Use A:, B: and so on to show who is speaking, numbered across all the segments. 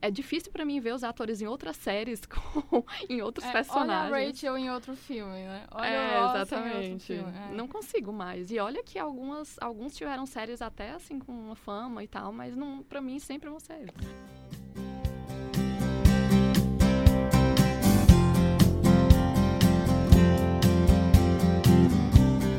A: é difícil pra mim ver os atores em outras séries, com, em outros
B: É,
A: personagens.
B: Olha a Rachel em outro filme, né? Olha
A: é,
B: o Ross Em outro
A: exatamente.
B: filme, é.
A: Não consigo mais. E olha que algumas, alguns tiveram séries até assim com uma fama e tal, mas não, para mim sempre é uma série.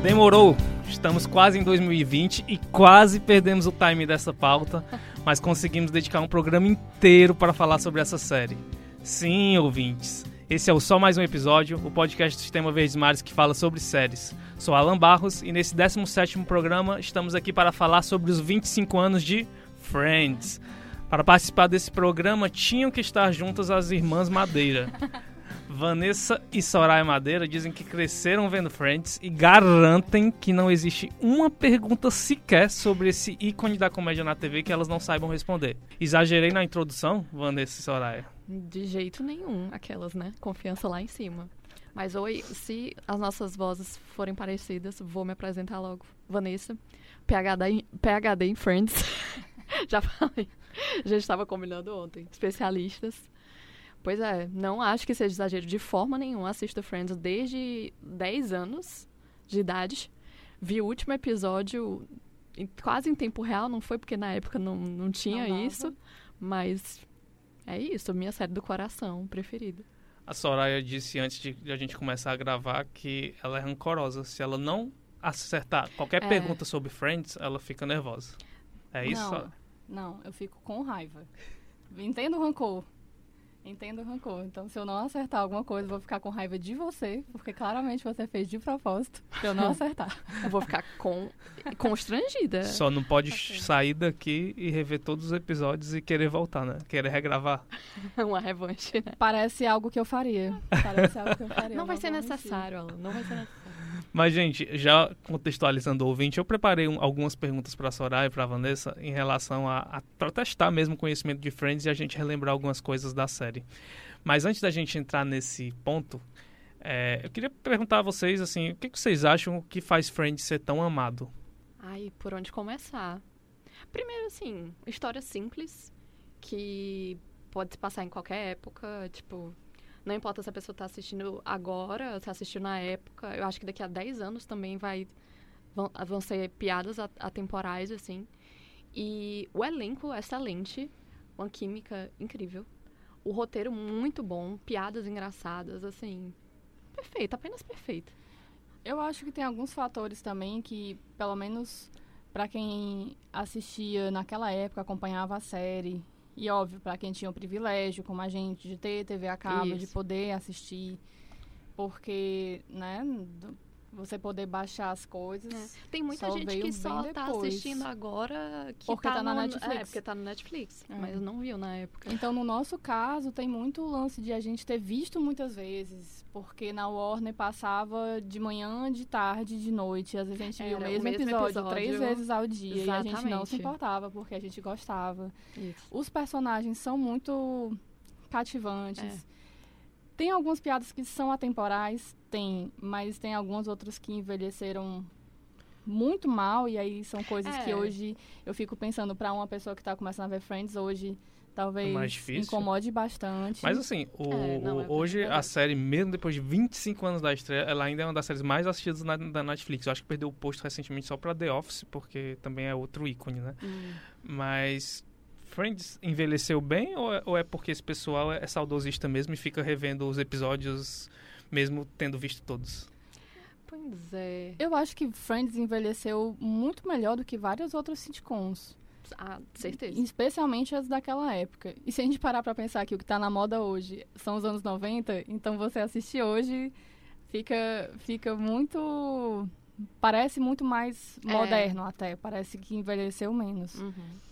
C: Demorou. Estamos quase em 2020 e quase perdemos o time dessa pauta, mas conseguimos dedicar um programa inteiro para falar sobre essa série. Sim, ouvintes. Esse é o Só Mais Um Episódio, o podcast do Sistema Verdes Mares que fala sobre séries. Sou Alan Barros e nesse 17º programa estamos aqui para falar sobre os 25 anos de Friends. Para participar desse programa tinham que estar juntas as irmãs Madeira. Vanessa e Soraya Madeira dizem que cresceram vendo Friends e garantem que não existe uma pergunta sequer sobre esse ícone da comédia na TV que elas não saibam responder. Exagerei na introdução, Vanessa e Soraya?
A: De jeito nenhum, aquelas, né? Confiança lá em cima. Mas oi, se as nossas vozes forem parecidas, vou me apresentar logo. Vanessa, PhD em, PhD em Friends. Já falei. A gente estava combinando ontem. Especialistas. Pois é, não acho que seja exagero de forma nenhuma. Assisto Friends desde 10 anos de idade. Vi o último episódio em- quase em tempo real, não foi porque na época não, não tinha
B: Não dava.
A: isso. Mas é isso, minha série do coração preferida.
C: A Soraya disse antes de de a gente começar a gravar que ela é rancorosa. Se ela não acertar qualquer
A: É.
C: pergunta sobre Friends, ela fica nervosa. É isso?
B: Não, não, eu fico com raiva. Entendo o rancor. Entendo o rancor. Então, se eu não acertar alguma coisa, eu vou ficar com raiva de você, porque claramente você fez de propósito pra eu não acertar.
A: Eu vou ficar com... constrangida.
C: Só não pode
B: Ok.
C: sair daqui e rever todos os episódios e querer voltar, né? Querer regravar.
A: Uma revanche, né?
B: Parece algo que eu faria. Parece algo que eu faria.
A: Não vai
B: vou
A: ser
B: mentir.
A: necessário, Alan. Não vai ser necessário.
C: Mas, gente, já contextualizando o ouvinte, eu preparei um- algumas perguntas para a Soraya e para a Vanessa em relação a, a pra testar mesmo o conhecimento de Friends e a gente relembrar algumas coisas da série. Mas antes da gente entrar nesse ponto, é, eu queria perguntar a vocês, assim, o que, que vocês acham que faz Friends ser tão amado?
A: Ai, por onde começar? Primeiro, assim, história simples, que pode se passar em qualquer época, tipo... Não importa se a pessoa tá assistindo agora, se assistiu na época. Eu acho que daqui a 10 anos também vai... Vão, vão ser piadas a- atemporais, assim. E o elenco é excelente. Uma química incrível. O roteiro muito bom. Piadas engraçadas, assim... Perfeito, apenas perfeito.
B: Eu acho que tem alguns fatores também que, pelo menos pra quem assistia naquela época, acompanhava a série, e óbvio, pra quem tinha o privilégio, como a gente, de ter TV a cabo, de
A: Isso.
B: poder assistir, porque, né, do- você poder baixar as coisas.
A: Tem muita
B: Só
A: gente
B: veio um
A: que
B: bem
A: só tá
B: depois.
A: assistindo agora que
B: Porque tá na
A: no-
B: Netflix.
A: É, porque tá no Netflix.
B: É.
A: Mas não viu na época.
B: Então, no nosso caso, tem muito o lance de a gente ter visto muitas vezes, porque na Warner passava de manhã, de tarde, de noite, às vezes a gente via
A: Era É,
B: o
A: né, o
B: mesmo,
A: mesmo
B: episódio, três
A: episódio.
B: vezes ao dia, e a gente não se
A: Exatamente.
B: importava, porque a gente gostava.
A: Isso.
B: Os personagens são muito cativantes. Tem algumas piadas que são atemporais, tem, mas tem algumas outras que envelheceram muito mal e aí são coisas
A: É.
B: que hoje eu fico pensando pra uma pessoa que tá começando a ver Friends hoje, talvez
C: É mais difícil.
B: incomode bastante.
C: Mas, assim, o-
A: É, não, é
C: hoje a
A: verdade.
C: série, mesmo depois de 25 anos da estreia, ela ainda é uma das séries mais assistidas na- da Netflix. Eu acho que perdeu o posto recentemente só para The Office, porque também é outro ícone, né?
A: Hum.
C: Mas Friends envelheceu bem ou é, ou é porque esse pessoal é, é saudosista mesmo e fica revendo os episódios mesmo tendo visto todos?
A: Pois é.
B: eu acho que Friends envelheceu muito melhor do que várias outras sitcoms.
A: Ah, certeza.
B: Especialmente as daquela época. E se a gente parar pra pensar que o que tá na moda hoje são os anos 90, então você assistir hoje fica, fica muito. Parece muito mais
A: É.
B: moderno até. Parece que envelheceu menos.
A: Uhum.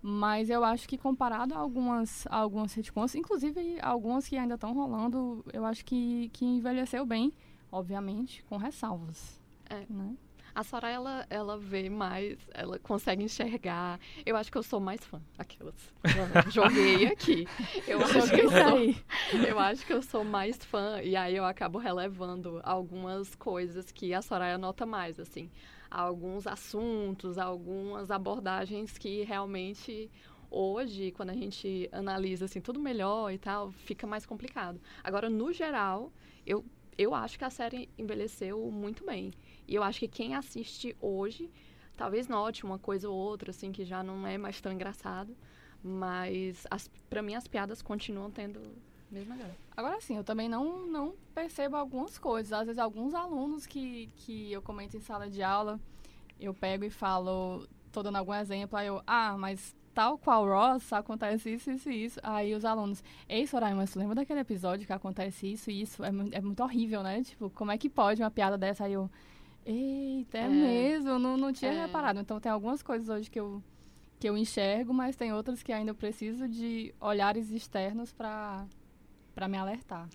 B: Mas eu acho que comparado a algumas, a algumas sitcoms, inclusive algumas que ainda estão rolando, eu acho que, que envelheceu bem. Obviamente, com ressalvas.
A: É.
B: né?
A: A Sora, ela, ela vê mais, ela consegue enxergar. Eu acho que eu sou mais fã. Aquelas. Joguei aqui. Eu acho que é eu
B: Isso
A: sou
B: aí.
A: Eu acho que eu sou mais fã e aí eu acabo relevando algumas coisas que a Soraya nota mais, assim, alguns assuntos, algumas abordagens que realmente Hoje, quando a gente analisa assim tudo melhor e tal, fica mais complicado. Agora, no geral, eu eu acho que a série envelheceu muito bem. E eu acho que quem assiste hoje talvez note uma coisa ou outra assim que já não é mais tão engraçado, mas para mim as piadas continuam tendo a mesma graça.
B: Agora sim, eu também não, não percebo algumas coisas. Às vezes, alguns alunos que, que eu comento em sala de aula, eu pego e falo, tô dando algum exemplo, aí eu, ah, mas tal qual Ross acontece isso, isso e isso. Aí os alunos, ei, Soraima, você lembra daquele episódio que acontece isso e isso? É, mu- é muito horrível, né? Tipo, como é que pode uma piada dessa? Aí eu, eita, é,
A: É.
B: mesmo, não, não tinha
A: É.
B: reparado. Então, tem algumas coisas hoje que eu, que eu enxergo, mas tem outras que ainda eu preciso de olhares externos para me alertar.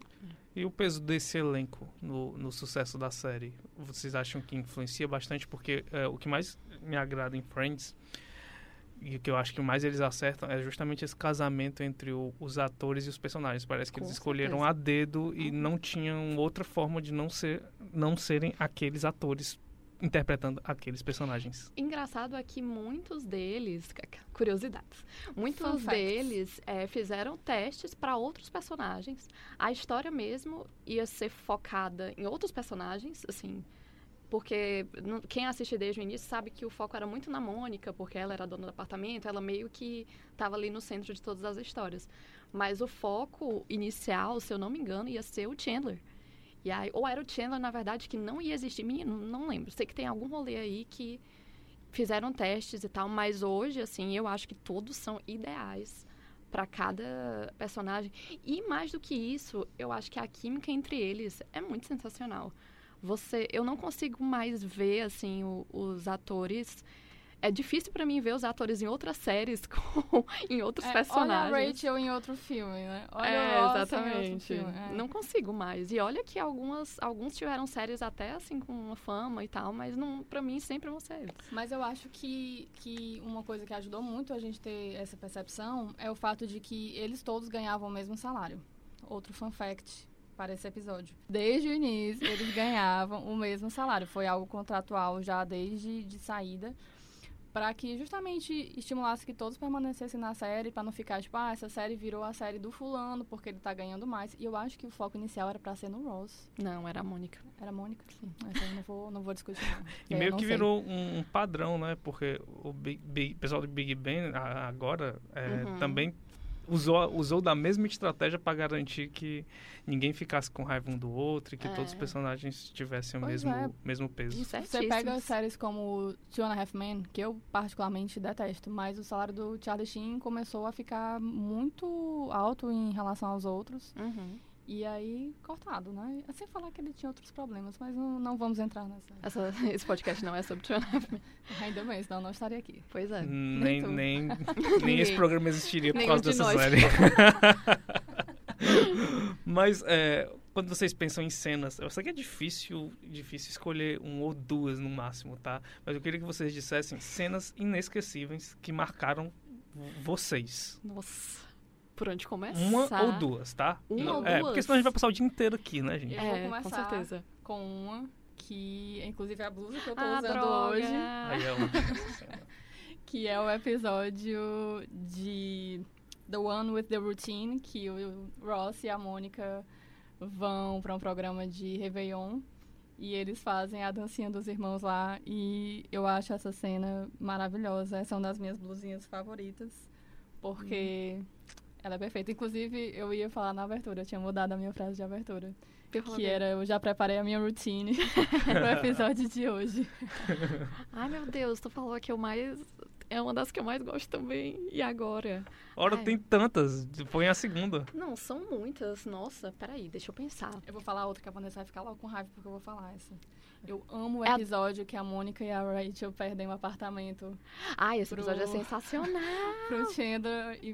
C: E o peso desse elenco no, no sucesso da série? Vocês acham que influencia bastante? Porque é, o que mais me agrada em Friends, e o que eu acho que mais eles acertam, é justamente esse casamento entre o- os atores e os personagens. Parece que
A: Com
C: eles escolheram
A: certeza. Uhum.
C: a dedo e não tinham outra forma de não, ser, não serem aqueles atores interpretando aqueles personagens.
A: Engraçado é que muitos deles, curiosidades,
B: Fun
A: muitos
B: facts.
A: deles é, fizeram testes para outros personagens. A história mesmo ia ser focada em outros personagens, assim, porque não- quem assiste desde o início sabe que o foco era muito na Mônica, porque ela era dona do apartamento, ela meio que estava ali no centro de todas as histórias. Mas o foco inicial, se eu não me engano, ia ser o Chandler. E aí, ou era o Chandler, na verdade, que não ia existir. Menino, não lembro. Sei que tem algum rolê aí que fizeram testes e tal, mas hoje, assim, eu acho que todos são ideais para cada personagem. E mais do que isso, eu acho que a química entre eles é muito sensacional. Você, eu não consigo mais ver assim o- os atores. É difícil para mim ver os atores em outras séries com em outros
B: É,
A: personagens.
B: Olha a Rachel em outro filme, né? Olha
A: É,
B: o Ross em outro
A: exatamente.
B: filme. é.
A: Não consigo mais. E olha que algumas, alguns tiveram séries até assim com uma fama e tal, mas não, para mim sempre vão ser eles.
B: Mas eu acho que, que uma coisa que ajudou muito a gente ter essa percepção é o fato de que eles todos ganhavam o mesmo salário. Outro fun fact para esse episódio. Desde o início, eles ganhavam o mesmo salário. Foi algo contratual já desde de saída, para que justamente estimulasse que todos permanecessem na série, para não ficar tipo, ah, essa série virou a série do fulano porque ele tá ganhando mais. E eu acho que o foco inicial era para ser no Ross.
A: Não, era a Mônica.
B: Era a Mônica? Essa eu não vou, não vou discutir. não.
C: E
B: Eu
C: meio
B: É, não
C: que
B: sei.
C: virou um, um padrão, né? Porque o Big- Big- pessoal do Big Ben a- agora é,
A: Uhum.
C: também usou, usou da mesma estratégia para garantir que ninguém ficasse com raiva um do outro e que
A: É.
C: todos os personagens tivessem o
B: Pois
C: mesmo,
B: é.
C: mesmo peso.
B: Você pega séries como Two and a Half Men, que eu particularmente detesto, mas o salário do Charlie Sheen começou a ficar muito alto em relação aos outros.
A: Uhum.
B: E aí, cortado, né? Sem falar que ele tinha outros problemas, mas não, não vamos entrar nessa.
A: Essa- esse podcast não é sobre Tron.
B: Ainda bem, senão eu não estaria aqui.
A: Pois é.
C: Hum, Nem,
A: tu.
C: nem, nem esse
A: Ninguém.
C: programa existiria por
A: Nenhum
C: causa
A: de
C: dessa
A: nós.
C: série. Mas é, quando vocês pensam em cenas, eu sei que é difícil, difícil escolher um ou duas no máximo, tá? Mas eu queria que vocês dissessem cenas inesquecíveis que marcaram vo- vocês.
A: Nossa. Por onde começa?
C: Uma ou duas, tá?
A: Uma
C: Não-
A: ou
C: É,
A: duas?
C: porque senão a gente vai passar o dia inteiro aqui, né, gente?
B: Eu vou
A: É, com
B: começar.
A: certeza.
B: Com uma que, inclusive, é a blusa que eu tô
A: Ah,
B: usando
A: droga.
B: hoje.
C: Aí é outra cena.
B: que é o episódio de The One with the Routine, que o Ross e a Mônica vão para um programa de Réveillon e eles fazem a dancinha dos irmãos lá e eu acho essa cena maravilhosa. Essa é uma das minhas blusinhas favoritas, porque ela é perfeita. Inclusive, eu ia falar na abertura, eu tinha mudado a minha frase de abertura, que era eu já preparei a minha routine pro episódio de hoje.
A: Ai, meu Deus, tu falou a que eu mais. É uma das que eu mais gosto também. E agora?
C: Ora,
A: Ai.
C: tem tantas. Põe a segunda.
A: Não, são muitas. Nossa, peraí, deixa eu pensar.
B: Eu vou falar outra que a Vanessa vai ficar logo com raiva porque eu vou falar essa. Eu amo o
A: É a-
B: episódio que a Mônica e a Rachel perdem o apartamento
A: Ai, esse
B: Pro-
A: episódio é sensacional.
B: pro Chandler e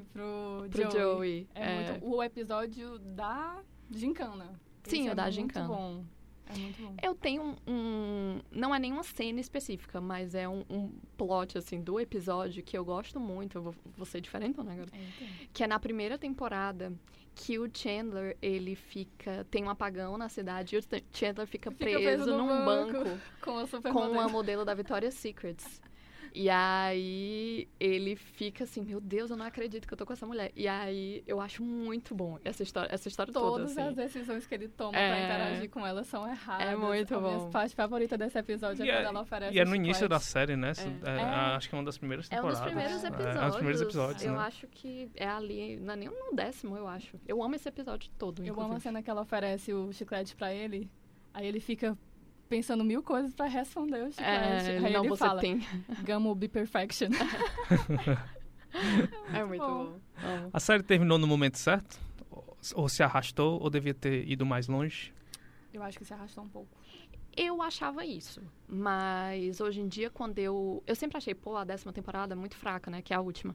B: pro,
A: Ah. Pro Joey.
B: É, muito o episódio da gincana.
A: Sim,
B: Esse
A: o
B: é
A: da
B: muito
A: gincana.
B: Bom. É muito bom.
A: Eu tenho um, um- Não é nenhuma cena específica, mas é um, um plot, assim, do episódio que eu gosto muito. Eu vou, vou ser diferente, né, agora?
B: então.
A: que é na primeira temporada que o Chandler ele fica tem um apagão na cidade e o Ch- Chandler fica,
B: Fica
A: preso,
B: preso no
A: num banco, Tá
B: banco, Com a super
A: com uma modelo da Victoria's Secrets E aí ele fica assim, meu Deus, eu não acredito que eu tô com essa mulher. E aí eu acho muito bom essa história, essa história
B: Todas
A: toda.
B: as
A: assim.
B: decisões que ele toma pra
A: É.
B: interagir com ela são erradas.
A: É muito
B: a
A: bom.
B: Minha parte favorita desse episódio
C: E
B: é quando
C: é-
B: ela oferece
C: E é
B: um
C: no início da
B: chiclete.
C: série, né?
A: É.
C: É,
B: É.
C: Acho que é uma das primeiras
A: É um
C: temporadas.
A: dos primeiros
B: É, é um dos
A: episódios.
C: primeiros episódios,
A: Eu
C: né?
A: acho que é ali, não é nem no décimo, eu acho. Eu amo esse episódio todo,
B: Eu amo a
A: inclusive.
B: cena que ela oferece o chiclete pra ele. Aí ele fica pensando mil coisas pra responder o chiclete.
A: É,
B: aí
A: não,
B: ele
A: você
B: fala,
A: tem.
B: Gamo be perfection.
A: É muito
B: bom.
A: bom. Amo.
C: A série terminou no momento certo? Ou- Ou se arrastou, ou devia ter ido mais longe?
B: Eu acho que se arrastou um pouco.
A: Eu achava isso. Mas hoje em dia, quando eu. Eu sempre achei, pô, a décima temporada é muito fraca, né? Que é a última.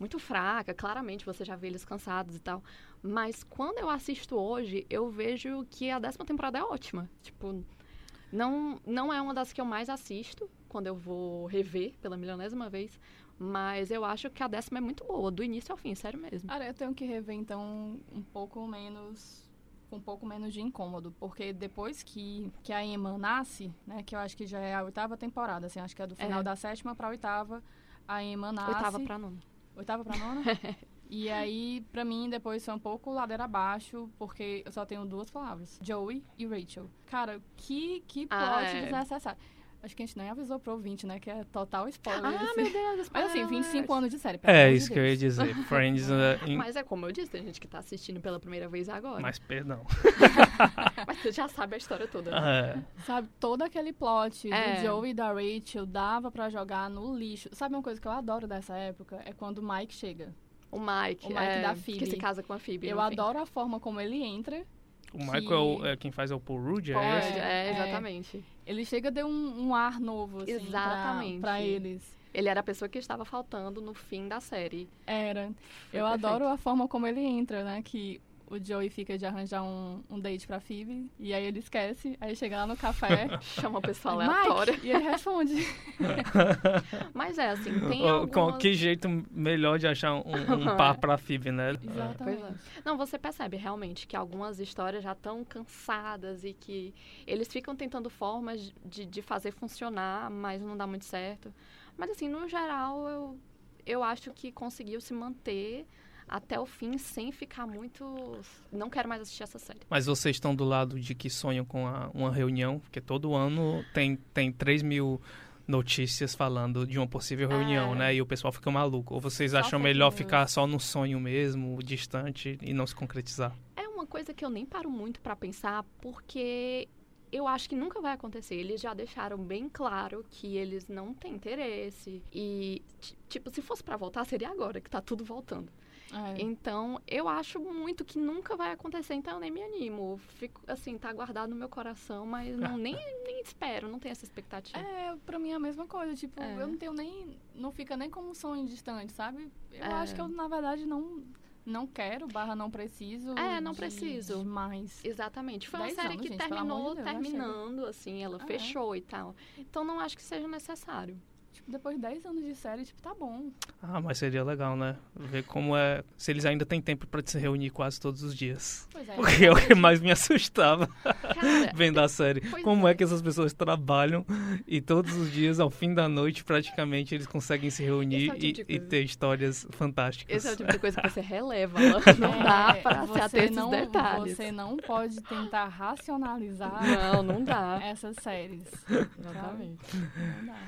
A: Muito fraca, claramente você já vê eles cansados e tal. Mas quando eu assisto hoje, eu vejo que a décima temporada é ótima. Tipo, não, não é uma das que eu mais assisto quando eu vou rever pela milionésima vez. Mas eu acho que a décima é muito boa, do início ao fim, sério mesmo.
B: Cara, eu tenho que rever, então, um pouco menos... com Um pouco menos de incômodo. Porque depois que, que a Emma nasce, né? Que eu acho que já é a oitava temporada, assim. Acho que é do final
A: É.
B: da sétima pra oitava. A Emma nasce.
A: Oitava pra nona.
B: Oitava pra nona? e aí, pra mim, depois foi um pouco ladeira abaixo, porque eu só tenho duas palavras: Joey e Rachel. Cara, que, que plot
A: Ah, é.
B: desnecessário. Acho que a gente nem avisou pro ouvinte, né? Que é total spoiler.
A: Ah,
B: assim.
A: meu Deus,
B: Mas assim,
A: spoiler
B: 25
A: alert.
B: anos de série. pelo amor
C: É
B: de
C: isso que eu ia
B: Deus.
C: dizer. Friends. eh, em-
A: Mas é como eu disse, tem gente que tá assistindo pela primeira vez agora.
C: Mas perdão.
A: Mas você já sabe a história toda. né?
C: É.
B: Sabe, todo aquele plot
A: É.
B: do Joey e da Rachel dava pra jogar no lixo. Sabe uma coisa que eu adoro dessa época? É quando o Mike chega.
A: O Mike.
B: O Mike
A: é,
B: da Phoebe.
A: Que se casa com a Phoebe.
B: eu
A: no fim.
B: adoro a forma como ele entra.
C: O Michael é o- é, quem faz é o Paul Rudd, é esse?
A: Pode,
B: É,
A: é,
B: é.
A: exatamente.
B: Ele chega a dar um, um ar novo, assim, pra-
A: Exatamente.
B: pra eles.
A: Ele era a pessoa que estava faltando no fim da série.
B: Era.
A: Foi
B: Eu
A: perfeito.
B: adoro a forma como ele entra, né? Que o Joey fica de arranjar um, um date pra Phoebe, e aí ele esquece, aí chega lá no café.
A: Chama o pessoal
B: Mike!
A: aleatório.
B: E ele responde.
A: Mas é assim, tem
C: Oh, com-
A: algumas...
C: Que jeito melhor de achar um, um par pra Phoebe, né?
A: Pois
B: Exatamente.
A: é. Não, você percebe realmente que algumas histórias já estão cansadas e que eles ficam tentando formas de, de fazer funcionar, mas não dá muito certo. Mas assim, no geral, eu, eu acho que conseguiu se manter até o fim sem ficar muito. Não quero mais assistir essa série.
C: Mas vocês estão do lado de que sonham com a- uma reunião, porque todo ano tem, tem 3 mil notícias falando de uma possível reunião,
A: É.
C: né? E o pessoal fica maluco. Ou vocês
B: Só
C: acham
B: fake
C: melhor
B: news.
C: ficar só no sonho mesmo, distante e não se concretizar?
A: É uma coisa que eu nem paro muito pra pensar, porque eu acho que nunca vai acontecer. Eles já deixaram bem claro que eles não têm interesse. E, ti- tipo, se fosse pra voltar, seria agora, que tá tudo voltando.
B: É.
A: Então, eu acho muito que nunca vai acontecer, então eu nem me animo. Fico, assim, tá guardado no meu coração, mas não, nem, nem espero, não tenho essa expectativa.
B: É, pra mim é a mesma coisa, tipo,
A: É.
B: eu não tenho nem. Não fica nem como um sonho distante, sabe? Eu
A: É.
B: acho que eu, na verdade, não, não quero, barra não preciso.
A: É, não
B: de-
A: preciso.
B: de mais.
A: Exatamente. Foi uma
B: Dez
A: série
B: anos,
A: que
B: gente, pelo
A: terminou,
B: amor de Deus, já
A: terminando, assim, ela
B: Ah, é.
A: fechou e tal. Então, não acho que seja necessário.
B: Tipo, depois de 10 anos de série, tipo, tá bom.
C: Ah, mas seria legal, né? Ver como é. Se eles ainda têm tempo pra se reunir quase todos os dias.
B: Pois é.
C: Porque é o que mais me assustava
A: Cara,
C: vendo a série.
A: Pois
C: Como é
A: é.
C: que essas pessoas trabalham e todos os dias, ao fim da noite, praticamente eles conseguem se
A: Esse
C: reunir
A: é o tipo
C: e-
A: de
C: e,
A: coisa.
C: ter histórias fantásticas.
A: esse é o tipo de coisa que você releva, ela. não dá
B: É,
A: pra se ater a esses detalhes.
B: Você não pode tentar racionalizar
A: Não, não dá.
B: essas séries.
A: Exatamente.
B: Não dá.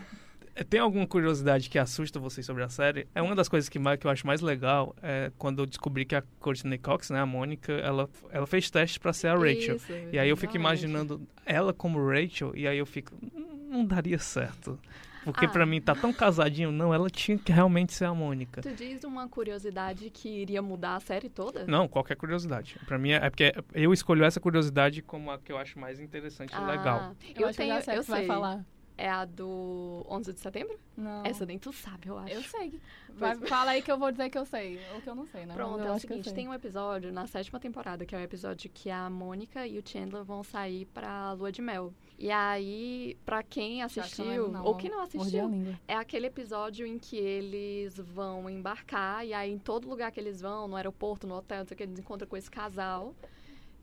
C: Tem alguma curiosidade que assusta vocês sobre a série? É uma das coisas que, mais, que eu acho mais legal é quando eu descobri que a Courtney Cox, né, a Mônica, ela, ela fez teste pra ser a É, Rachel.
A: Isso,
C: E aí eu fico
A: exatamente.
C: imaginando ela como Rachel, e aí eu fico, "Hum, não daria certo. Porque
A: Ah.
C: pra mim tá tão casadinho, não, ela tinha que realmente ser a Mônica.
A: Tu diz uma curiosidade que iria mudar a série toda?
C: Não, qualquer curiosidade. Pra mim é, é porque eu escolho essa curiosidade como a que eu acho mais interessante e
A: Ah,
C: legal.
A: Eu,
B: Eu, acho
A: tenho,
B: que já sei o
A: eu
B: que vai
A: sei.
B: falar.
A: É a do 11 de setembro?
B: Não.
A: Essa nem tu sabe, eu acho.
B: Eu sei. Vai, fala aí que eu vou dizer que eu sei. Ou que eu não sei, né?
A: Pronto,
B: Mas eu
A: é o
B: acho que eu
A: seguinte,
B: sei.
A: tem um episódio na sétima temporada, que é o episódio que a Mônica e o Chandler vão sair pra lua de mel. E aí, pra quem
B: Já acho que eu não
A: assistiu,
B: lembro, não.
A: ou quem não
B: Mordi a
A: assistiu,
B: língua.
A: é aquele episódio em que eles vão embarcar, e aí em todo lugar que eles vão, no aeroporto, no hotel, não sei o que, eles encontram com esse casal.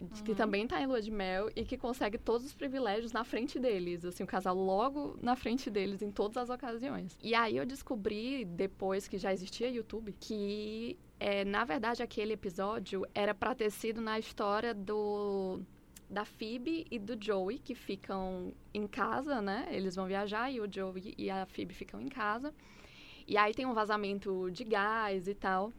A: de- que também tá em lua de mel e que consegue todos os privilégios na frente deles, assim, o casal logo na frente deles em todas as ocasiões. E aí eu descobri depois que já existia YouTube que é, na verdade aquele episódio era pra ter sido na história do da Phoebe e do Joey que ficam em casa, né? Eles vão viajar e o Joey e a Phoebe ficam em casa. E aí tem um vazamento de gás e tal.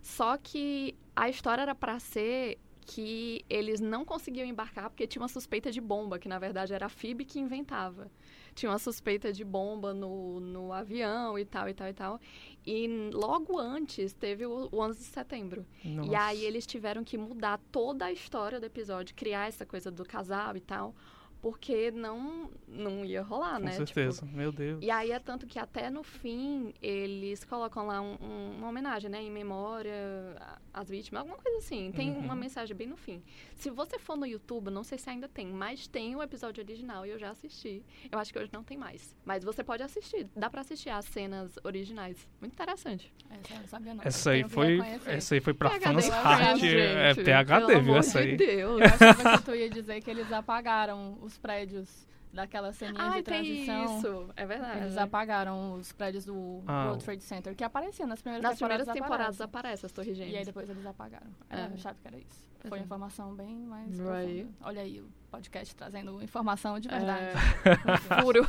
A: Só que a história era pra ser que eles não conseguiam embarcar porque tinha uma suspeita de bomba, que na verdade era a FIB que inventava. Tinha uma suspeita de bomba no, no avião e tal, e tal, e tal. E n- logo antes teve o, o 11 de setembro.
C: Então,
A: E aí eles tiveram que mudar toda a história do episódio, criar essa coisa do casal e tal, porque não, não ia rolar,
C: Com
A: né? Tipo,
C: certeza, meu Deus.
A: e aí é tanto que até no fim eles colocam lá um- um- uma homenagem, né? Em memória a- às vítimas, alguma coisa assim. Tem
C: Uhum.
A: uma mensagem bem no fim. Se você for no YouTube, não sei se ainda tem, mas tem o episódio original e eu já assisti. Eu acho que hoje não tem mais. Mas você pode assistir, dá pra assistir as cenas originais. Muito interessante.
B: Essa eu É, não sabia não.
C: Essa aí
B: Eu
C: foi,
B: reconhecer.
C: essa aí foi pra
A: PhD,
C: fãs
A: eu acho,
C: hard.
A: gente,
C: É PHD,
A: pelo
C: viu?
A: amor
C: Essa
A: de
C: aí.
A: Deus.
B: Eu achava que tu ia dizer que eles apagaram os prédios daquela ceninha
A: Ai,
B: de
A: tem
B: transição.
A: isso. É verdade.
B: Eles apagaram os prédios do
C: Ah, o-
B: World Trade Center, que apareciam nas primeiras
A: Nas
B: temporadas.
A: primeiras temporadas
B: aparecem.
A: aparece as torres
B: E aí
A: gêmeas.
B: depois eles apagaram. Era
A: É.
B: chato que era isso.
A: Pois
B: Foi
A: é.
B: informação bem mais
A: Right.
B: profunda. Olha aí o podcast trazendo informação de verdade.
A: É, puro.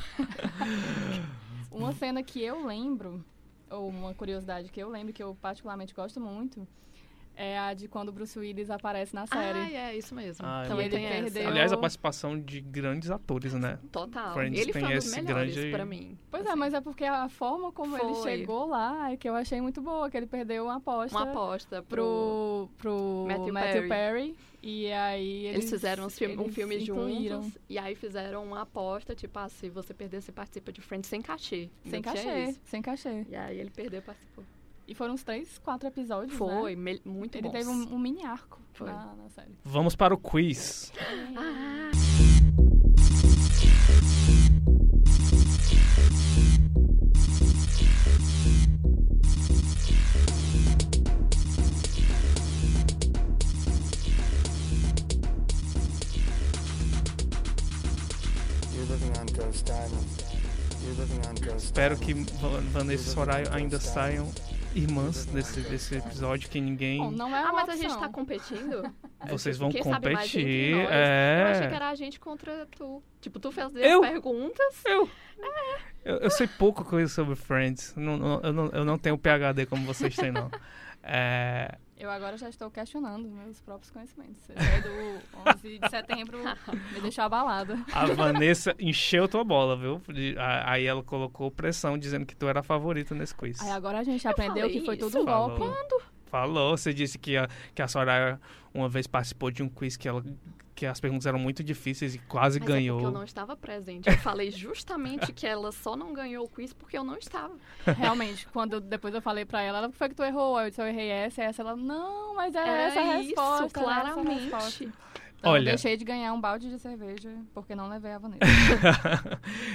B: Uma cena que eu lembro, ou uma curiosidade que eu lembro, que eu particularmente gosto muito, é a de quando o Bruce Willis aparece na série.
A: Ah, é, isso mesmo.
C: Ah, é
A: Também
B: muito
A: tem
B: bom.
A: essa.
B: Perdeu.
C: Aliás, a participação de grandes atores, né?
A: Total.
C: Friends
A: ele
C: tem
A: foi um dos
C: esse
A: melhores
C: grande-
A: pra mim.
B: Pois é,
A: Assim,
B: mas é porque a forma como ele
A: Foi.
B: chegou lá é que eu achei muito boa, que ele perdeu uma aposta,
A: Uma aposta pro...
B: pro, pro
A: Matthew
B: Matthew, Perry. E aí eles,
A: Eles, fizeram uns filme, um
B: eles
A: filme
B: incluíram.
A: juntos e aí fizeram uma aposta, tipo, ah, se você perder, você participa de Friends sem cachê.
B: Sem
A: Ainda tinha
B: cachê,
A: isso.
B: sem cachê.
A: E aí ele perdeu e participou.
B: E foram uns três, quatro episódios,
A: Foi,
B: né?
A: me- muito
B: Ele
A: bons.
B: teve um, um mini arco
A: Foi.
B: Na, na série.
C: Vamos para o quiz.
A: Ah,
D: You're living on Ghost Island. You're living on Ghost
C: Espero que
D: Island.
C: Va- Vanessa e Soraya ainda saiam irmãs desse, desse episódio, que
B: Bom,
C: ninguém...
B: não é
A: ah,
B: uma
A: mas a gente
B: opção.
A: tá competindo?
C: Vocês vão
A: É Quem sabe mais entre
C: competir.
A: nós?
C: é...
A: Eu achei que era a gente contra tu. Tipo, tu fez as
C: Eu?
A: perguntas.
C: Eu.
A: É.
C: Eu, eu sei pouca coisa sobre Friends. Não- não- eu, não, eu não tenho PHD como vocês têm, não. É,
B: Eu agora já estou questionando meus próprios conhecimentos. Esse aí do 11 de setembro me deixou abalada.
C: a Vanessa encheu tua bola, viu? De- a- aí ela colocou pressão dizendo que tu era a favorita nesse quiz.
B: Aí agora a gente aprendeu
A: falei
B: que foi
A: isso?
B: tudo um golpe.
C: Falou, você disse que a, que a Soraya uma vez participou de um quiz que, ela, que as perguntas eram muito difíceis e quase
A: Mas é
C: ganhou.
A: porque eu não estava presente. Eu falei justamente que ela só não ganhou o quiz porque eu não estava.
B: Realmente, quando eu- depois eu falei pra ela, ela, "O que foi que tu errou? Aí Eu disse, eu errei essa, essa. Ela, não, mas era,
A: Era
B: É, essa é a
A: isso,
B: resposta. era
A: claramente.
B: Essa a resposta.
C: Tá,
B: Então,
C: Olha.
B: Eu deixei de ganhar um balde de cerveja porque não levei a Vanessa.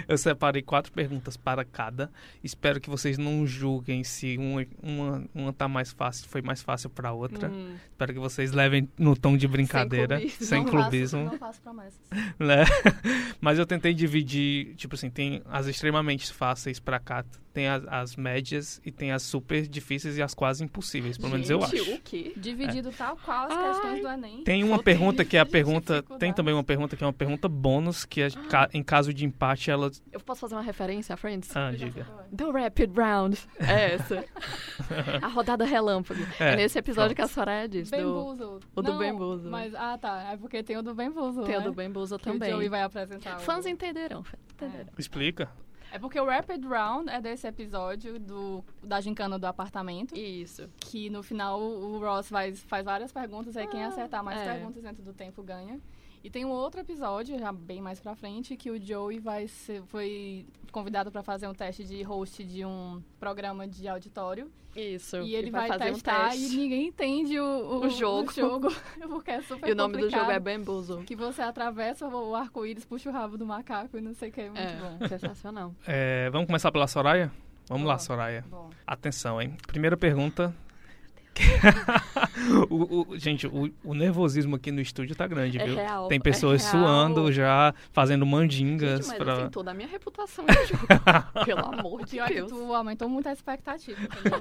C: eu separei quatro perguntas para cada. Espero que vocês não julguem se uma, uma, uma tá mais fácil, foi mais fácil para outra.
A: Hum.
C: Espero que vocês levem no tom de brincadeira,
A: clubismo.
C: sem
B: não
C: clubismo,
B: Faço, não faço promessas.
C: né? Mas eu tentei dividir, tipo assim, tem as extremamente fáceis pra cá, tem as, as médias e tem as super difíceis e as quase impossíveis, pelo menos eu
A: Gente,
C: acho.
A: O quê?
B: Dividido tal qual as
A: Ai.
B: questões do Enem.
C: Tem uma
B: Só
C: pergunta que é a
B: de
C: pergunta, tem
B: dificuldade.
C: também uma pergunta que é uma pergunta bônus que é ca- em caso de empate ela
A: Eu posso fazer uma referência a Friends?
C: ah,
B: Eu já
C: diga.
B: fui.
A: The Rapid Round. É essa. a rodada relâmpago.
C: É,
A: É, nesse episódio que a Soraya diz. Do...
B: Bamboozled.
A: o do
B: Não,
A: Bamboozled.
B: Mas, ah, tá. É porque tem o do Bamboozled,
A: Tem o
B: né?
A: do Bambuza
B: Que o Joey
A: também.
B: vai É. apresentar. o-
A: Fãs entenderão. fãs entenderão.
C: Explica.
B: É porque o Rapid Round é desse episódio do, da gincana do apartamento.
A: Isso.
B: Que no final o o Ross faz, faz várias perguntas, aí quem
A: Ah,
B: acertar mais
A: é.
B: perguntas dentro do tempo ganha. E tem um outro episódio, já bem mais pra frente, que o Joey vai ser, foi convidado pra fazer um teste de host de um programa de auditório.
A: Isso.
B: e ele vai,
A: fazer
B: testar
A: um teste.
B: e ninguém entende o,
A: O jogo.
B: jogo, porque é super
A: E o nome do jogo é
B: complicado.
A: Bambuzo.
B: Que você atravessa o arco-íris, puxa o rabo do macaco e não sei o que. É muito
A: É,
B: bom.
A: sensacional.
C: É, vamos começar pela Soraya? Vamos lá,
B: Boa.
C: Soraya.
B: Bom,
C: Atenção, hein? Primeira pergunta O- o- gente, o, o nervosismo aqui no estúdio tá grande,
A: É
C: viu?
A: real,
C: tem
A: é
C: pessoas
A: real.
C: suando já, fazendo mandingas
A: Gente, mas
C: pra.
A: assim, toda a minha reputação é jogo. Pelo amor de
B: Pior que
A: Deus.
B: tu aumentou muito a expectativa. entendeu?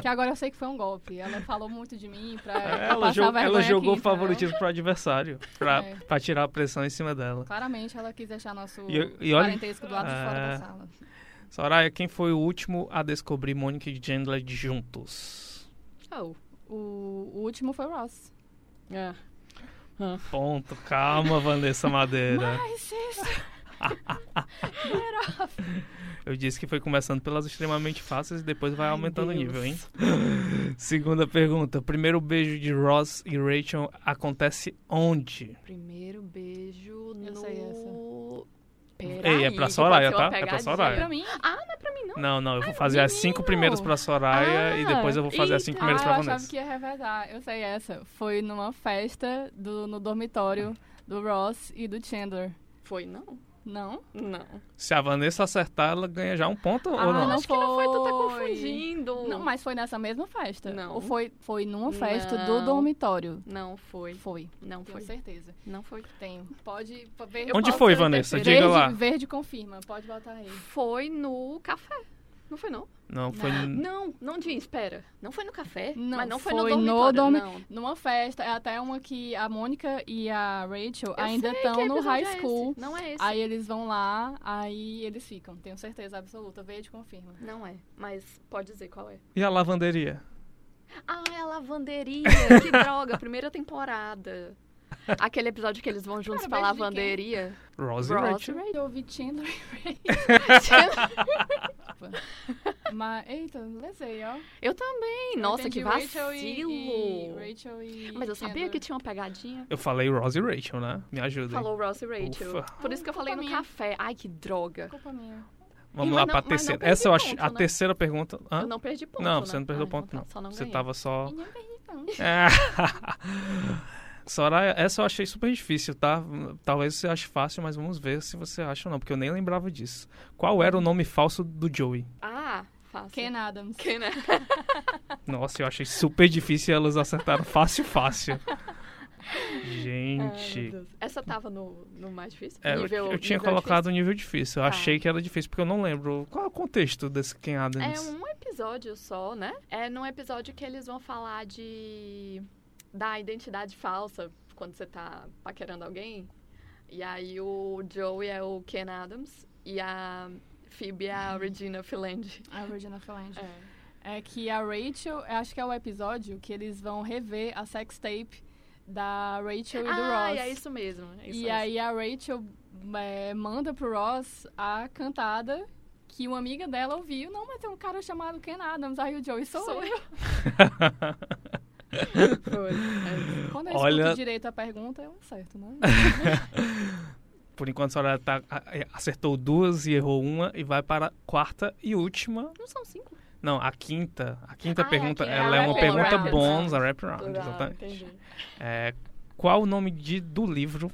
B: que agora eu sei que foi um golpe. Ela falou muito de mim pra, pra
C: É, Ela,
B: passar
C: jo-
B: vergonha
C: ela
B: aqui,
C: jogou
B: entendeu?
A: então.
C: favoritismo pro adversário, pra,
B: É.
C: pra tirar a pressão em cima dela.
B: Claramente ela quis deixar nosso
C: E eu- e olha-
B: parentesco do lado de fora
C: É.
B: da sala.
C: Soraya, quem foi o último a descobrir Monica e Chandler juntos?
A: Oh.
B: O, o último foi o Ross.
A: É.
C: Ponto. Calma, Vanessa Madeira. Eu disse que foi começando pelas extremamente fáceis e depois vai
A: Ai,
C: aumentando o
A: Deus.
C: nível, hein? Segunda pergunta. Primeiro beijo de Ross e Rachel acontece onde?
A: Primeiro beijo no...
B: Eu sei
A: Peraí,
C: Ei, é pra
A: que pode
C: Soraya,
A: ser uma
C: tá? É pra
A: pegadinha.
C: Soraya.
B: É pra mim?
C: Não, não, eu vou fazer as cinco
B: menino!
C: primeiras pra Soraya é, e
A: Ah,
C: depois eu vou fazer as cinco
A: eita!
C: primeiras
B: ah, eu
C: pra
B: achava
C: Vanessa.
B: que ia revezar. Eu sei essa. Foi numa festa do, no dormitório do Ross e do Chandler.
A: Foi, não?
B: Não?
A: Não.
C: Se a Vanessa acertar, ela ganha já um ponto
B: Ah,
C: ou não?
B: não
A: Acho que não foi, tu tá
B: foi.
A: confundindo.
B: Não, mas foi nessa mesma festa.
A: Não.
B: Ou foi, foi numa festa
A: Não.
B: do dormitório.
A: Não foi.
B: Foi.
A: Não
B: Tenho
A: foi.
B: certeza.
A: Não foi.
B: Tenho. Pode pode ver.
A: Eu
C: Onde
A: posso
C: foi,
A: ser o
C: Vanessa?
A: terceiro.
C: Diga
B: verde,
C: lá.
B: verde confirma. Pode botar aí.
A: Foi no café. Não foi, não?
C: Não, foi.
A: Não, não diz, espera. Não foi no café,
B: Não,
A: mas não foi,
B: foi
A: no
B: no
A: dormitório,
B: dormi-
A: não.
B: Numa festa, é até uma que a Mônica e a Rachel
A: Eu
B: ainda
A: sei
B: estão
A: que
B: no
A: episódio
B: high
A: é esse.
B: school.
A: Não é esse.
B: Aí eles vão lá, aí eles ficam. Tenho certeza absoluta. Verde confirma.
A: Não é, mas pode dizer qual é.
C: E a lavanderia?
A: Ah, é a lavanderia. que droga, primeira temporada. Aquele episódio que eles vão juntos pra
B: Cara, beijo de quem?
A: lavanderia.
C: Ross e
A: Ross e
C: Rachel.
B: Eu ouvi Chandler e Rachel. Mas, eita, lesei, ó.
A: Eu também.
B: Eu
A: Nossa, que
B: entendi
A: vacilo.
B: Rachel e, e Rachel e
A: Mas eu sabia
B: Chandler.
A: que tinha uma pegadinha.
C: Eu falei Ross e Rachel, né? Me ajuda.
A: Falou Ross e Rachel.
C: Ufa.
A: Por isso que eu falei no
B: Culpa minha.
A: café. Ai, que droga.
B: Culpa minha.
C: Vamos
A: Ih, mas não-
C: lá pra
A: mas não
C: terceira.
A: perdi
C: Essa eu acho.
A: ponto,
C: a
A: né?
C: terceira pergunta. Hã?
A: Eu não perdi ponto,
C: Não,
A: né?
C: você não perdeu
A: Ah,
C: ponto,
A: então
C: não.
A: tá, Só não
C: você
A: ganhei.
C: tava só.
B: E não perdi, não.
C: É. Soraya, essa eu achei super difícil, tá? Talvez você ache fácil, mas vamos ver se você acha ou não, porque eu nem lembrava disso. Qual era o nome falso do Joey?
A: Ah, fácil.
B: Ken Adams.
A: Que, né?
C: Nossa, eu achei super difícil e elas acertaram fácil, fácil. Gente.
A: é? Essa tava no, no mais difícil?
C: É, eu-
A: nível,
C: eu, tinha
A: nível
C: colocado o nível difícil. Eu
A: Tá.
C: achei que era difícil, porque eu não lembro. Qual é o contexto desse Ken Adams?
A: difícil. É um episódio só, né? É num episódio que eles vão falar de... Da identidade falsa, quando você tá paquerando alguém. E aí o Joey é o Ken Adams e a Phoebe é a Regina Philand.
B: A Regina Philange.
A: É.
B: É que a Rachel, eu acho que é o episódio que eles vão rever a sex tape da Rachel e do
A: Ah,
B: Ross.
A: é isso mesmo. é isso
B: e
A: mesmo.
B: aí a Rachel é, manda pro Ross a cantada que uma amiga dela ouviu. Não, mas tem um cara chamado Ken Adams. Aí o Joey sou,
A: Sou
B: eu.
A: Foi. É.
B: Quando eu
C: Olha-
B: escuto direito a pergunta, eu acerto, né?
C: Por enquanto, a senhora tá- a- é, acertou duas e errou uma e vai para a quarta e última.
A: Não são cinco.
C: Não, a quinta. A quinta
A: Ah, é a
C: pergunta,
A: quinta,
C: ela é
A: a
C: uma
A: wraparound,
C: pergunta
A: né?
C: bônus, a wraparound,
A: Plural,
C: exatamente.
A: entendi.
C: É, qual o nome de- do livro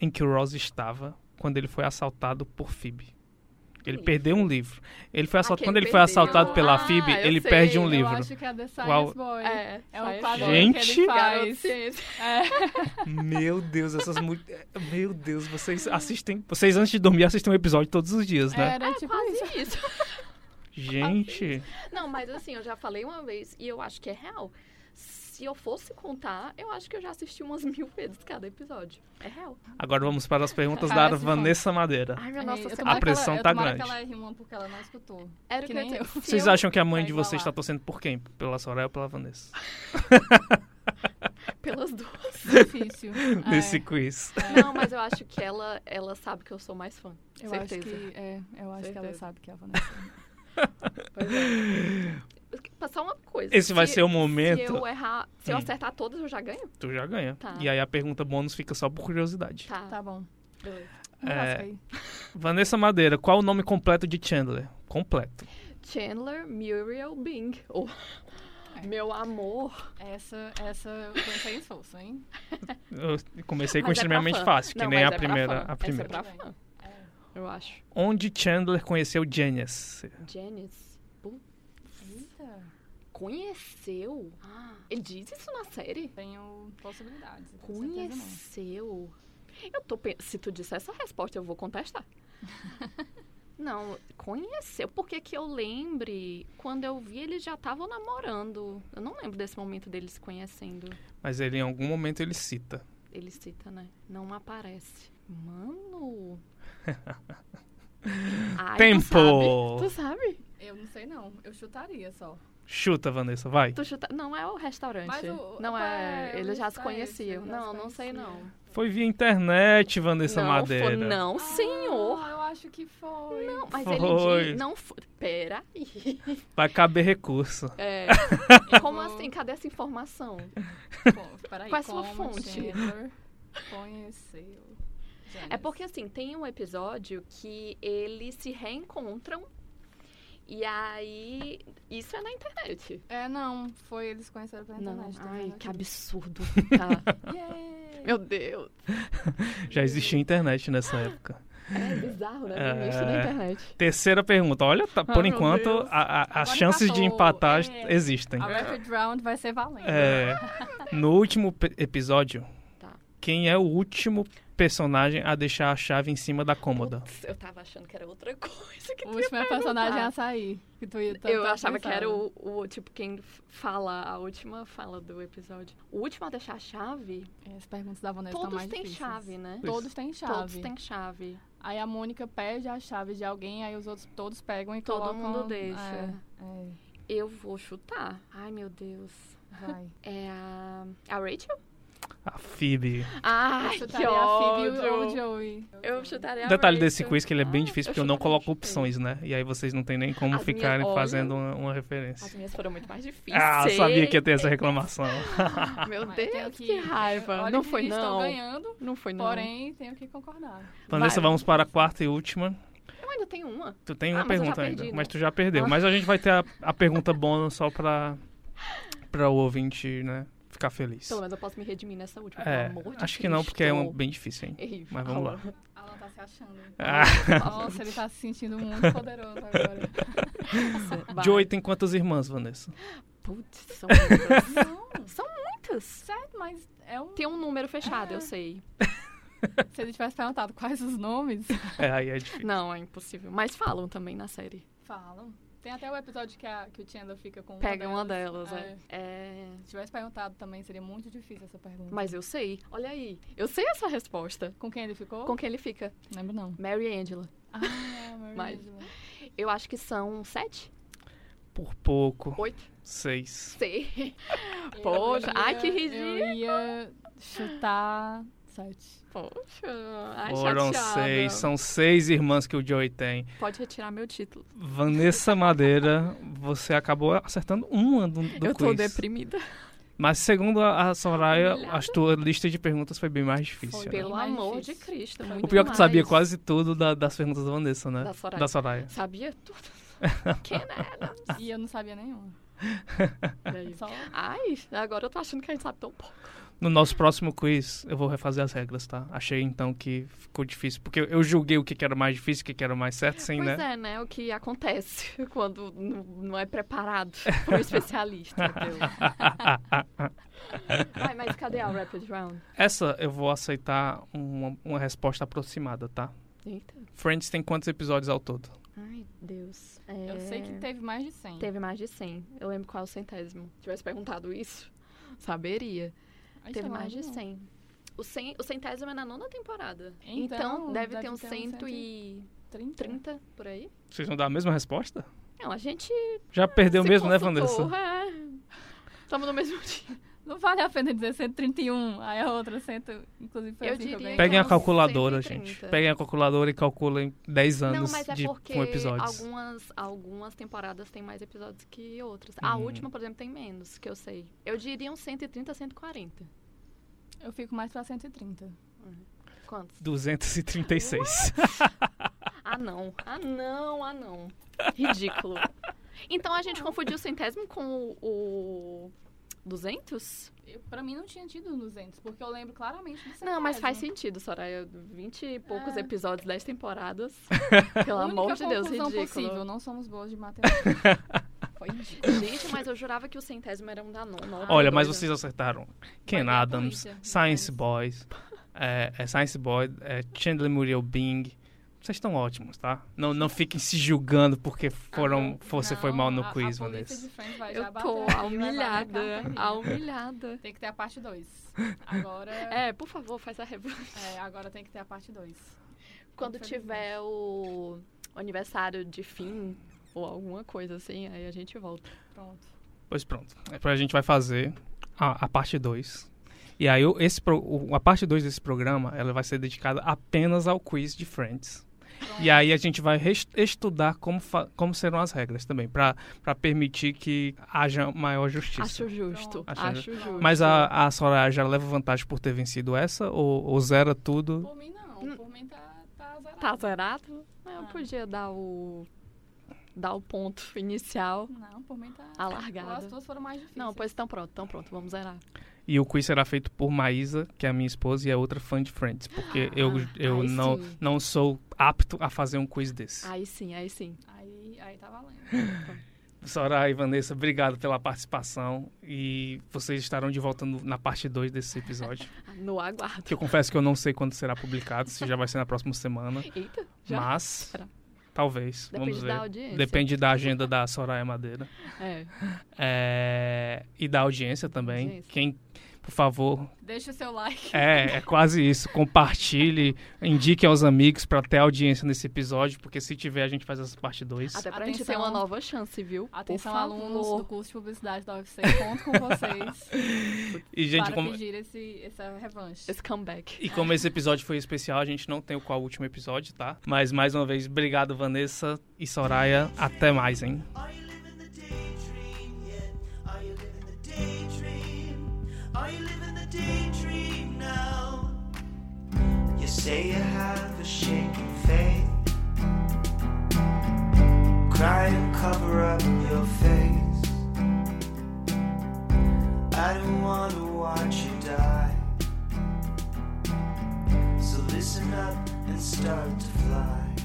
C: em que o Ross estava quando ele foi assaltado por Phoebe? Ele
A: livro?
C: perdeu um livro. Ele foi assaltado,
A: que
C: quando
A: ele
C: ele foi
A: Ah, perdeu.
C: assaltado pela
A: Ah,
C: Phoebe,
A: eu
C: ele
A: sei,
C: perde um
A: eu
C: livro.
B: Eu acho que é The Science
C: Qual-
B: Boy.
A: É,
B: É
A: só
B: o
A: isso.
B: quadro que
C: Gente!
B: ele
A: Garoto
B: faz.
A: ciência.
B: É.
C: Meu Deus, essas mu- Meu Deus, vocês assistem. Vocês antes de dormir assistem um episódio todos os dias,
A: É,
C: né?
B: Era tipo isso.
A: Quase isso.
C: Gente.
A: Não, mas assim, eu já falei uma vez e eu acho que é real. Se eu fosse contar, eu acho que eu já assisti umas mil vezes cada episódio. É real.
C: Agora vamos para as perguntas
B: Parece
C: da
B: bom.
C: Vanessa Madeira.
A: Ai, minha
B: É,
A: nossa
B: eu
A: senhora.
B: tomara
C: A pressão
B: que ela,
C: tá
B: eu tomara
C: grande.
B: que ela rima porque ela não escutou.
A: Era o
B: que
A: que, eu
B: nem
A: ia
B: eu.
A: dizer. Se
C: Vocês
A: eu-
C: acham que a mãe
B: vai
C: de vocês
B: igualar.
C: está torcendo por quem? Pela Soraya ou pela Vanessa?
A: Pelas duas.
B: Difícil. Ah,
C: Nesse
B: é.
C: quiz.
A: Não, mas eu acho que ela, ela sabe que eu sou mais fã.
B: Eu
A: Certeza.
B: acho que, é, eu acho que ela
A: Certeza.
B: sabe que é a Vanessa.
A: Pois é. Passar uma coisa.
C: Esse vai
A: se-
C: ser o
A: Se
C: momento.
A: eu errar, se eu
C: Hum.
A: acertar todas, eu já ganho?
C: Tu já ganha.
A: Tá.
C: E aí a pergunta bônus fica só por curiosidade.
A: Tá.
B: Tá bom.
A: beleza.
B: Me
C: É.
B: lasca aí.
C: Vanessa Madeira, qual o nome completo de Chandler? Completo.
A: Chandler Muriel Bing. Oh, Meu amor.
B: Essa, essa eu pensei em esforço, hein?
C: Eu comecei com
A: Mas é pra
C: extremamente
A: fã.
C: fácil, que
A: Não,
C: nem
A: mas
C: a,
A: é pra
C: primeira,
A: fã.
C: a primeira.
A: Essa é pra
B: Tudo
A: fã, eu acho.
C: Onde Chandler conheceu Janice?
A: Janice.
B: Eita.
A: Conheceu?
B: Ah.
A: Ele diz isso na série?
B: Tenho possibilidades. com certeza não.
A: Conheceu? Eu tô pen- Se tu disser essa resposta, eu vou contestar. Não, conheceu. Porque que eu lembre, quando eu vi, eles já estavam namorando. Eu não lembro desse momento deles se conhecendo.
C: Mas ele em algum momento ele cita.
A: Ele cita, né? Não aparece. Mano. Ai, Tu
C: Tempo!
A: sabe? Tu sabe?
B: Eu não sei não. Eu chutaria só.
C: Chuta, Vanessa, vai.
A: Tu chuta- Não é o restaurante.
B: Mas o-
A: Não é.
B: é, o
A: Eles já se
B: restaurante,
A: conheciam.
B: eles já se
A: Não, não sei
B: conheciam.
A: não.
C: Foi via internet, Vanessa
A: não,
C: Madeira.
A: foi- não, senhor.
B: Ah, eu acho que foi.
A: Não, mas
C: Foi.
A: ele diz, não foi. Pera aí.
C: Vai caber recurso.
A: É, como
B: vou-
A: assim? Cadê essa informação?
B: Pô, Peraí,
A: Qual é a sua
B: como
A: fonte?
B: Chandler Conheceu.
A: É porque assim, tem um episódio que eles se reencontram e aí isso é na internet.
B: É, não. Foi eles conheceram
A: É
B: pela internet. tá
A: Ai,
B: vendo
A: que
B: aqui?
A: absurdo. Tá.
B: Yay!
A: Meu Deus.
C: Já existia internet nessa época.
A: É bizarro, né? Tem isso na
C: É.
A: internet.
C: Terceira pergunta. Olha, tá- por
A: Ai, Ah, meu
C: enquanto,
A: Deus.
C: a- a- as
B: Agora
C: chances de
B: empatou.
C: empatar
B: É.
C: existem.
B: A Rapid Round vai ser valendo.
C: É, no último pe- episódio,
A: Tá.
C: quem é o último personagem a deixar a chave em cima da cômoda?
A: Putz, eu tava achando que era outra coisa que
B: O
A: tu ia
B: último é personagem
A: perguntar.
B: açaí. Que tu ia tá, tanto
A: Eu achava que
B: pensar.
A: era o, o, tipo, quem f- fala, a última fala do episódio. O último a deixar a chave,
B: É, As perguntas da Vanessa estão
A: todos
B: mais
A: têm
B: difíceis.
A: chave, né?
C: Pois.
B: Todos têm chave.
A: Todos têm chave.
B: Aí a Mônica pede a chave de alguém, aí os outros todos pegam e
A: Todo
B: colocam...
A: mundo deixa.
B: É, é,
A: Eu vou chutar. Ai, meu Deus.
B: vai.
A: É a, a Rachel?
C: A Phoebe.
A: Ai,
B: Eu
A: que
B: chutaria a Phoebe ou o
A: ódio.
B: Joey.
A: Eu chutaria a
C: Detalhe
A: Rachel.
C: desse quiz que ele é bem
A: Ah,
C: difícil porque eu
A: eu
C: não
A: chutaria,
C: coloco opções, né? E aí vocês não tem nem como
A: As minhas-
C: ficarem
A: olha.
C: fazendo uma, uma referência.
A: As minhas foram muito mais difíceis.
C: Ah, sabia que ia ter essa reclamação.
A: Meu
B: Mas eu tenho
A: Deus, que raiva.
B: Olha
A: não
B: que
A: foi,
B: Estou
A: não.
B: ganhando,
A: Não foi, não.
B: porém tenho que concordar.
C: Vanessa,
A: Vai.
C: vamos para a quarta e última.
A: Eu ainda tenho uma.
C: Tu tem
A: Ah,
C: uma
A: mas eu já
C: pergunta ainda,
A: perdi, né?
C: mas tu já perdeu.
A: Ah.
C: Mas a gente vai ter a, a pergunta bônus só pra, pra o ouvinte, né, ficar feliz.
A: Pelo menos eu posso me redimir nessa última,
C: É,
A: pelo amor de
C: acho que não, porque é
A: Cristo.
C: uma bem difícil, hein?
A: Ei,
C: Mas vamos lá.
B: Alan tá se achando.
C: Ah,
B: Nossa, ele tá se sentindo muito poderoso agora.
A: Vai.
C: Joey tem quantas irmãs, Vanessa?
A: Putz, são muitas.
B: Não,
A: são muitas.
B: certo, mas é um...
A: Tem um número fechado, eu sei.
B: Se ele tivesse perguntado quais os nomes...
C: É, aí é difícil.
A: Não, é impossível. Mas falam também na série.
B: Falam. Tem até o episódio que, a, que o Chandler fica com
A: Pega uma delas, é.
B: É.
A: É,
B: Se tivesse perguntado também, seria muito difícil essa pergunta.
A: Mas eu sei. Olha aí. Eu sei essa resposta.
B: Com quem ele ficou?
A: Com quem ele fica?
B: Lembro não.
A: Mary e Angela.
B: Ah, Mary
A: Mas-
B: Angela.
A: Eu acho que são sete?
C: Por pouco.
A: Oito?
C: Seis.
A: Sei. Poxa, ai, que
B: Eu ia chutar sete.
A: Poxa. Ai,
C: Foram
A: chateada.
C: seis. São seis irmãs que o Joey tem.
A: Pode retirar meu título.
C: Vanessa Madeira, você acabou acertando uma do, do
A: eu
C: quiz.
A: tô deprimida.
C: Mas segundo a, a Soraya,
A: Humilhada.
C: a tua lista de perguntas foi bem mais difícil.
B: Foi
C: né?
A: Pelo
B: mais
A: amor de
B: difícil.
A: Cristo.
B: O
A: muito
C: O pior é que tu sabia
A: mais.
C: quase tudo da- das perguntas da Vanessa, né?
A: Da Soraya.
C: Soraya.
A: Sabia tudo. Quem era?
B: E eu não sabia nenhuma.
A: É
B: Só
A: Ai, agora eu tô achando que a gente sabe tão pouco.
C: No nosso próximo quiz, eu vou refazer as regras, tá? Achei então que ficou difícil, porque eu julguei o que que era mais difícil, o que que era mais certo, sim,
A: pois
C: né?
A: é, né? O que acontece quando n- não é preparado para um especialista. entendeu? Ai, mas cadê a Rapid Round?
C: Essa eu vou aceitar uma, uma resposta aproximada, tá?
A: Eita.
C: Friends tem quantos episódios ao todo?
A: Ai, Deus.
B: Eu sei que
A: teve.
B: teve mais de 100.
A: É, Teve mais de 100. Eu lembro qual é o centésimo. Se tivesse perguntado isso, saberia.
B: Ai,
A: teve
B: sei lá,
A: mais de
B: não.
A: 100. O, cem, o centésimo é na nona temporada.
B: Então,
A: deve,
B: deve
A: ter uns
B: ter uns
A: 130
B: 30.
A: por aí.
C: Vocês vão dar a mesma resposta?
A: Não, a gente.
C: Já perdeu
A: se
C: mesmo, né,
A: Ah, consultou, Então,
C: Vanessa?
A: é. Tamo no mesmo dia.
B: Não vale a pena dizer 131. Aí a outra 100. Inclusive foi
A: Eu
B: assim que eu
A: diria
B: ganhei.
C: Peguem a
A: uns
C: calculadora,
A: 130.
C: gente. Peguem a calculadora e calculem 10
A: Não,
C: anos
A: mas é
C: de um
A: porque
C: com episódios.
A: algumas, algumas temporadas têm mais episódios que outras. A
C: Hum.
A: última, por exemplo, tem menos, que eu sei. Eu diria uns 130, 140.
B: Eu fico mais pra 130.
A: Quantos?
C: 236.
A: Ah, não. Ah, não, ah, não. Ridículo. Então a gente confundiu o centésimo com o, o 200?
B: Eu, pra mim não tinha tido 200, porque eu lembro claramente do
A: Não, mas faz
B: centésimo.
A: sentido, Soraya. 20 e poucos
B: É.
A: episódios, 10 temporadas. Pelo amor
B: Única
A: de Deus,
B: conclusão
A: ridículo.
B: possível, não somos boas de matemática. Foi
A: Gente, mas eu jurava que o centésimo era um da nona.
C: Olha, mas
A: vocês
C: vocês acertaram. Ken
A: tem
C: Adams,
A: polícia.
C: Science Boys, é, é Science Boy, é Chandler Muriel Bing. Vocês estão ótimos, tá? Não, não fiquem se julgando porque
A: Ah,
C: foram, você foi mal no
B: a,
C: quiz,
B: a polícia
C: Vanessa.
B: de Friends vai já
A: Eu
B: bater
A: tô
B: aqui, vai
A: a humilhada,
B: bater na
A: a
B: carteirinha.
A: humilhada.
B: Tem que ter a parte 2. Agora, é.
A: É, por favor, faz a revanche.
B: agora tem que ter a parte 2.
A: Quando tiver o aniversário de fim ou alguma coisa assim, aí a gente volta.
B: Pronto.
C: Pois pronto. Depois a gente vai fazer a, a parte 2. E aí, o- esse, pro- o- a parte 2 desse programa ela vai ser dedicada apenas ao quiz de Friends. E aí a gente vai res- estudar como, fa- como serão as regras também, pra pra permitir que haja maior justiça.
A: Acho justo,
C: Pronto.
A: acho
C: Acho
A: justo.
C: Mas a, a Soraya já leva vantagem por ter vencido essa? Ou, ou zera tudo?
B: Por mim, não. Por mim, tá, tá zerado.
A: Tá zerado? Eu
B: Ah.
A: podia dar o... dar o ponto inicial,
B: Não, por mim, tá...
A: a largada.
B: As duas foram mais difíceis.
A: Não, pois estão pronto, estão pronto, vamos zerar.
C: E o quiz será feito por Maísa, que é a minha esposa e é outra fã de Friends. Porque eu,
A: Ah,
C: eu
A: aí
C: não,
A: sim.
C: não sou apto a fazer um quiz desse.
A: Aí sim, aí sim.
B: Aí, aí tá valendo.
C: Soraya e Vanessa, obrigado pela participação. E vocês estarão de volta no- na parte 2 desse episódio.
A: No aguardo.
C: que eu confesso que eu não sei quando será publicado, se já vai ser na próxima semana.
A: Eita, já?
C: Mas,
A: Será?
C: talvez. vamos
A: Depende
C: ver.
A: da audiência.
C: Depende da agenda da Soraya Madeira.
A: É.
C: É, e da audiência também.
A: Audiência.
C: Quem, por favor,
B: Deixa o seu like.
C: é, é quase isso. Compartilhe, indique aos amigos para ter audiência nesse episódio, porque se tiver, a gente faz essa parte 2.
A: Até pra gente ter
B: Atenção.
A: uma nova chance, viu?
B: Atenção,
A: Por
B: alunos
A: favor.
B: do curso de publicidade da UFC. Conto com vocês
C: E, gente,
B: para
C: como,
B: pedir esse, essa revanche.
A: Esse comeback.
C: e como esse episódio foi especial, a gente não tem o qual último episódio, tá? Mas mais uma vez, obrigado, Vanessa e Soraya. Até mais, hein?
E: Are you living the daydream yet? Are you living the daydream? Are you living the daydream now? You say you have a shaking faith. Cry and cover up your face. I don't want to watch you die. So listen up and start to fly. oh,